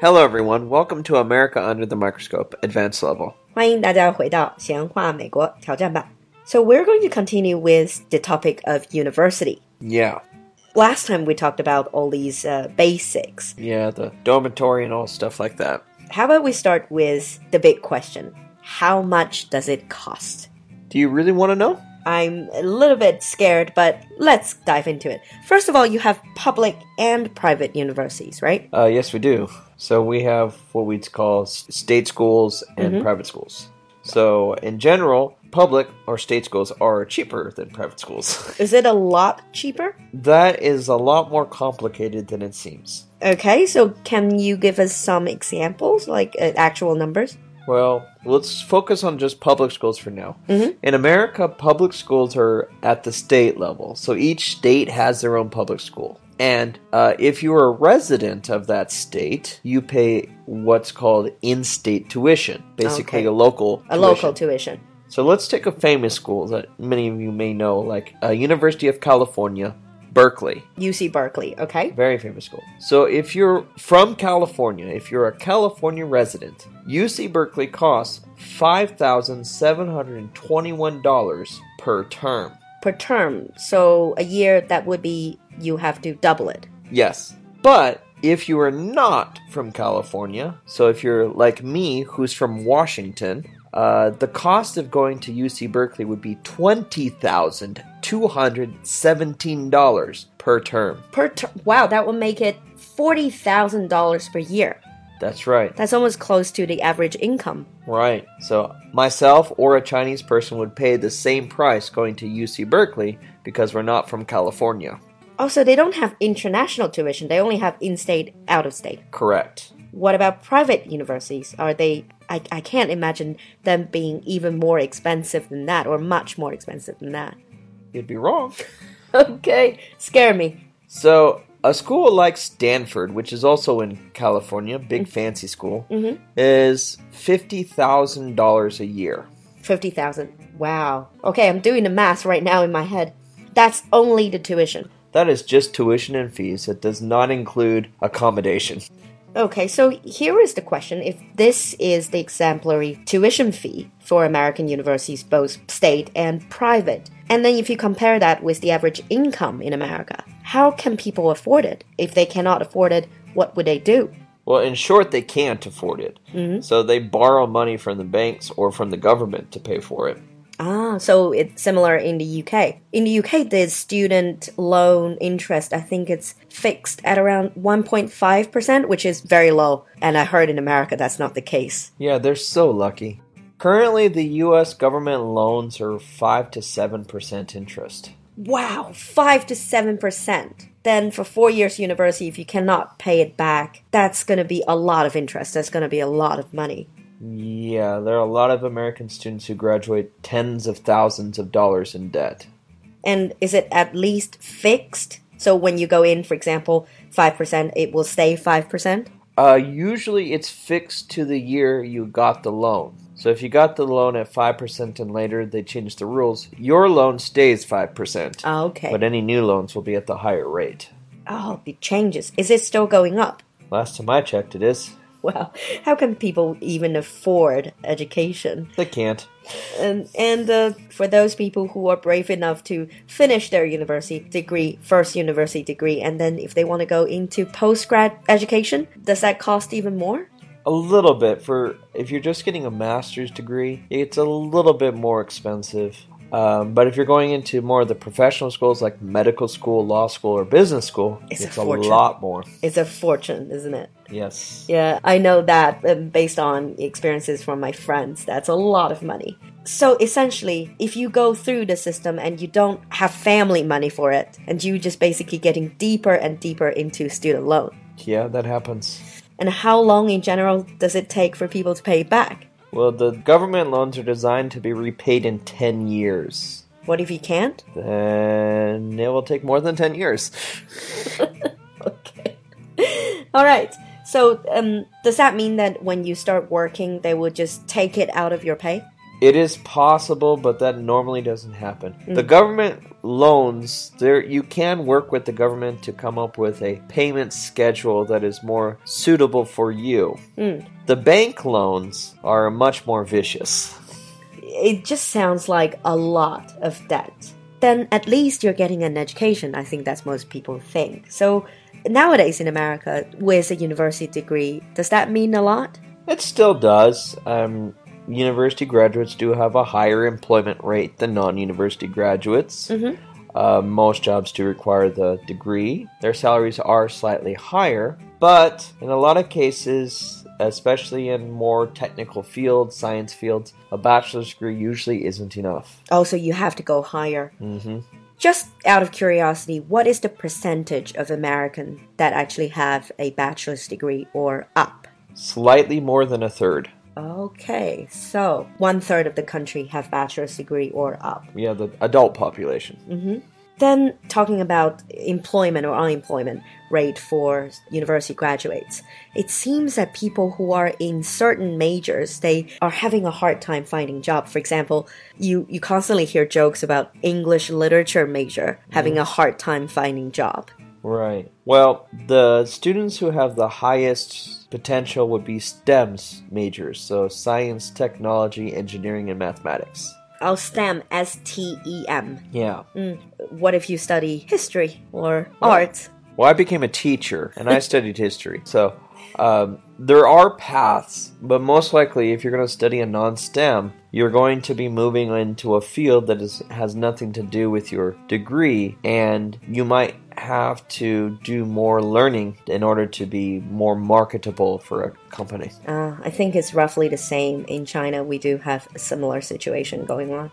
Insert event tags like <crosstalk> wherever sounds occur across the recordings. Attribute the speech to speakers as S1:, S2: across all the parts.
S1: Hello, everyone. Welcome to America Under the Microscope Advanced Level.
S2: 欢迎大家回到闲话美国挑战版。So we're going to continue with the topic of university.
S1: Yeah.
S2: Last time we talked about all these uh, basics.
S1: Yeah, the dormitory and all stuff like that.
S2: How about we start with the big question? How much does it cost?
S1: Do you really want to know?
S2: I'm a little bit scared, but let's dive into it. First of all, you have public and private universities, right?
S1: Uh, yes, we do. So we have what we'd call s- state schools and private schools. So, in general, public or state schools are cheaper than private schools. <laughs>
S2: Is it a lot cheaper?
S1: that is a lot more complicated than it seems.
S2: Okay, so can you give us some examples, like uh, actual numbers?
S1: Well, let's focus on just public schools for now.
S2: Mm-hmm.
S1: In America, public schools are at the state level, so each state has their own public school. And uh, if you are a resident of that state, you pay what's called in-state tuition, basically
S2: Okay.
S1: a local
S2: A local tuition.
S1: So let's take a famous school that many of you may know, like uh, University of California, Berkeley
S2: UC Berkeley, okay?
S1: very famous school. So if you're from California, if you're a California resident, UC Berkeley costs five thousand seven hundred and twenty-one dollars per term.
S2: Per term. So a year that would be you have to double it.
S1: Yes, but if you are not from California, so if you're like me, who's from Washington, uh, the cost of going to UC Berkeley would be twenty thousand two hundred seventeen dollars per term.
S2: Per ter- wow, that would make it $40,000 per year.
S1: That's right.
S2: That's almost close to the average income.
S1: Right. So myself or a Chinese person would pay the same price going to UC Berkeley because we're not from California.
S2: Also, they don't have international tuition. They only have in-state, out-of-state.
S1: Correct.
S2: What about private universities? Are they? I, I can't imagine them being even more expensive than that, or much more expensive than that. <laughs>
S1: You'd be wrong.
S2: Okay, scare me.
S1: So a school like Stanford, which is also in California, big fancy school, is fifty thousand dollars a year.
S2: Fifty thousand. Wow. Okay, I'm doing the math right now in my head. That's only the tuition.
S1: That is just tuition and fees. It does not include accommodation.
S2: Okay, so here is the question. If this is the exemplary tuition fee for American universities, both state and private, and then if you compare that with the average income in America, how can people afford it? If they cannot afford it, what would they do?
S1: Well, in short, they can't afford it. So they borrow money from the banks or from the government to pay for it.
S2: Ah, so it's similar in the UK. In the UK, the student loan interest, I think it's fixed at around 1.5%, which is very low. And I heard in America that's not the case.
S1: Yeah, they're so lucky. Currently, the U.S. government loans are 5 to 7% interest.
S2: Wow, 5 to 7%. Then for four years university, if you cannot pay it back, that's going to be a lot of interest. That's going to be a lot of money.
S1: Yeah, there are a lot of American students who graduate tens of thousands of dollars in debt.
S2: And is it at least fixed? So when you go in, for example, 5%, it will stay 5%?
S1: Uh, usually, it's fixed to the year you got the loan. So, if you got the loan at 5% and later they change the rules, your loan stays 5%.
S2: Ah, okay.
S1: But any new loans will be at the higher rate.
S2: Oh, it changes. Is it still going up? <laughs>
S1: Last time I checked, it is.
S2: Wow, how can people even afford education?
S1: They can't.
S2: And and uh, for those people who are brave enough to finish their university degree, first university degree, and then if they want to go into post grad education, does that cost even more?
S1: A little bit for if you're just getting a master's degree, it's a little bit more expensive. Um, but if you're going into more of the professional schools like medical school, law school, or business school,
S2: It's
S1: it's,
S2: a
S1: a,
S2: fortune.
S1: lot more.
S2: It's a fortune, isn't it?
S1: Yes.
S2: Yeah, I know that um, based on experiences from my friends. That's a lot of money. So essentially, if you go through the system and you don't have family money for it, and you just basically getting deeper and deeper into student loan.
S1: Yeah, that happens.
S2: And how long in general does it take for people to pay back?
S1: Well, the government loans are designed to be repaid in 10 years.
S2: What if you can't?
S1: Then it will take more than 10 years.
S2: <laughs> Okay. All right. So, um, does that mean that when you start working, they will just take it out of your pay?
S1: It is possible, but that normally doesn't happen. The government loans there you can work with the government to come up with a payment schedule that is more suitable for you. The bank loans are much more vicious.
S2: It just sounds like a lot of debt. Then at least you're getting an education. I think that's most people think. So nowadays in America, with a university degree, does that mean a lot?
S1: It still does. Um, university graduates do have a higher employment rate than non university graduates. Uh, most jobs do require the degree. Their salaries are slightly higher, but in a lot of cases, especially in more technical fields, science fields, a bachelor's degree usually isn't enough.
S2: Also, you have to go higher. Just out of curiosity, what is the percentage of American that actually have a bachelor's degree or up?
S1: Slightly more than a third.
S2: Okay, so one third of the country have bachelor's degree or up.
S1: Yeah, the adult population.
S2: Then talking about employment or unemployment rate for university graduates, it seems that people who are in certain majors, they are having a hard time finding job. For example, you, you constantly hear jokes about English literature major having a hard time finding job.
S1: Right. Well, the students who have the highest potential would be STEMs majors, so science, technology, engineering, and mathematics.
S2: I'll STEM, S T E M.
S1: Yeah.
S2: What if you study history or art?
S1: Well, I became a teacher and I studied history. So um, there are paths, but most likely, if you're going to study a non STEM, you're going to be moving into a field that is, has nothing to do with your degree, and you might have to do more learning in order to be more marketable for a company.
S2: Uh, I think it's roughly the same. In China, we do have a similar situation going on.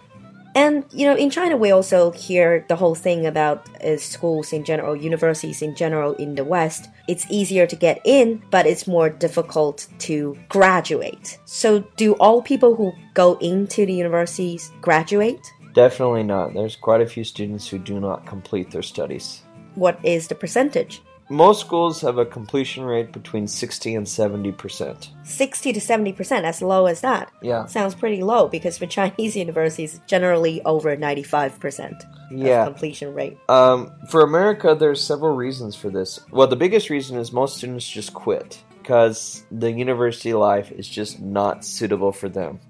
S2: And, you know, in China, we also hear the whole thing about uh, schools in general, universities in general in the West. It's easier to get in, but it's more difficult to graduate. So, do all people who go into the universities graduate?
S1: Definitely not. There's quite a few students who do not complete their studies.
S2: What is the percentage?
S1: Most schools have a completion rate between 60 and 70 percent.
S2: 60 to 70%, as low as that.
S1: Yeah.
S2: Sounds pretty low because for Chinese <laughs> universities, it's generally over 95% of
S1: Yeah.
S2: completion rate.
S1: Um, for America, there's several reasons for this. Well, the biggest reason is most students just quit because the university life is just not suitable for them.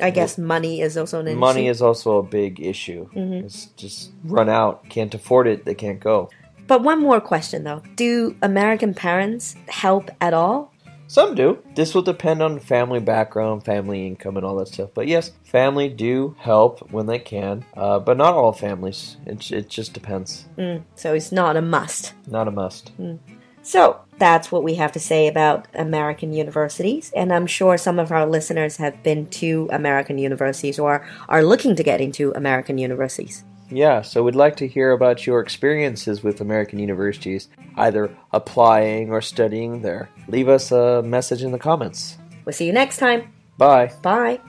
S2: I guess money is also an issue.
S1: Money is also a big issue. It's just run out, can't afford it, they can't go.
S2: But one more question though. Do American parents help at all?
S1: Some do. This will depend on family background, family income, and all that stuff. But yes, family do help when they can, uh, but not all families. It, it just depends.
S2: So it's not a must.
S1: Not a must.
S2: So that's what we have to say about American universities. And I'm sure some of our listeners have been to American universities or are looking to get into American universities.
S1: Yeah, so we'd like to hear about your experiences with American universities, either applying or studying there. Leave us a message in the comments.
S2: We'll see you next time.
S1: Bye.
S2: Bye.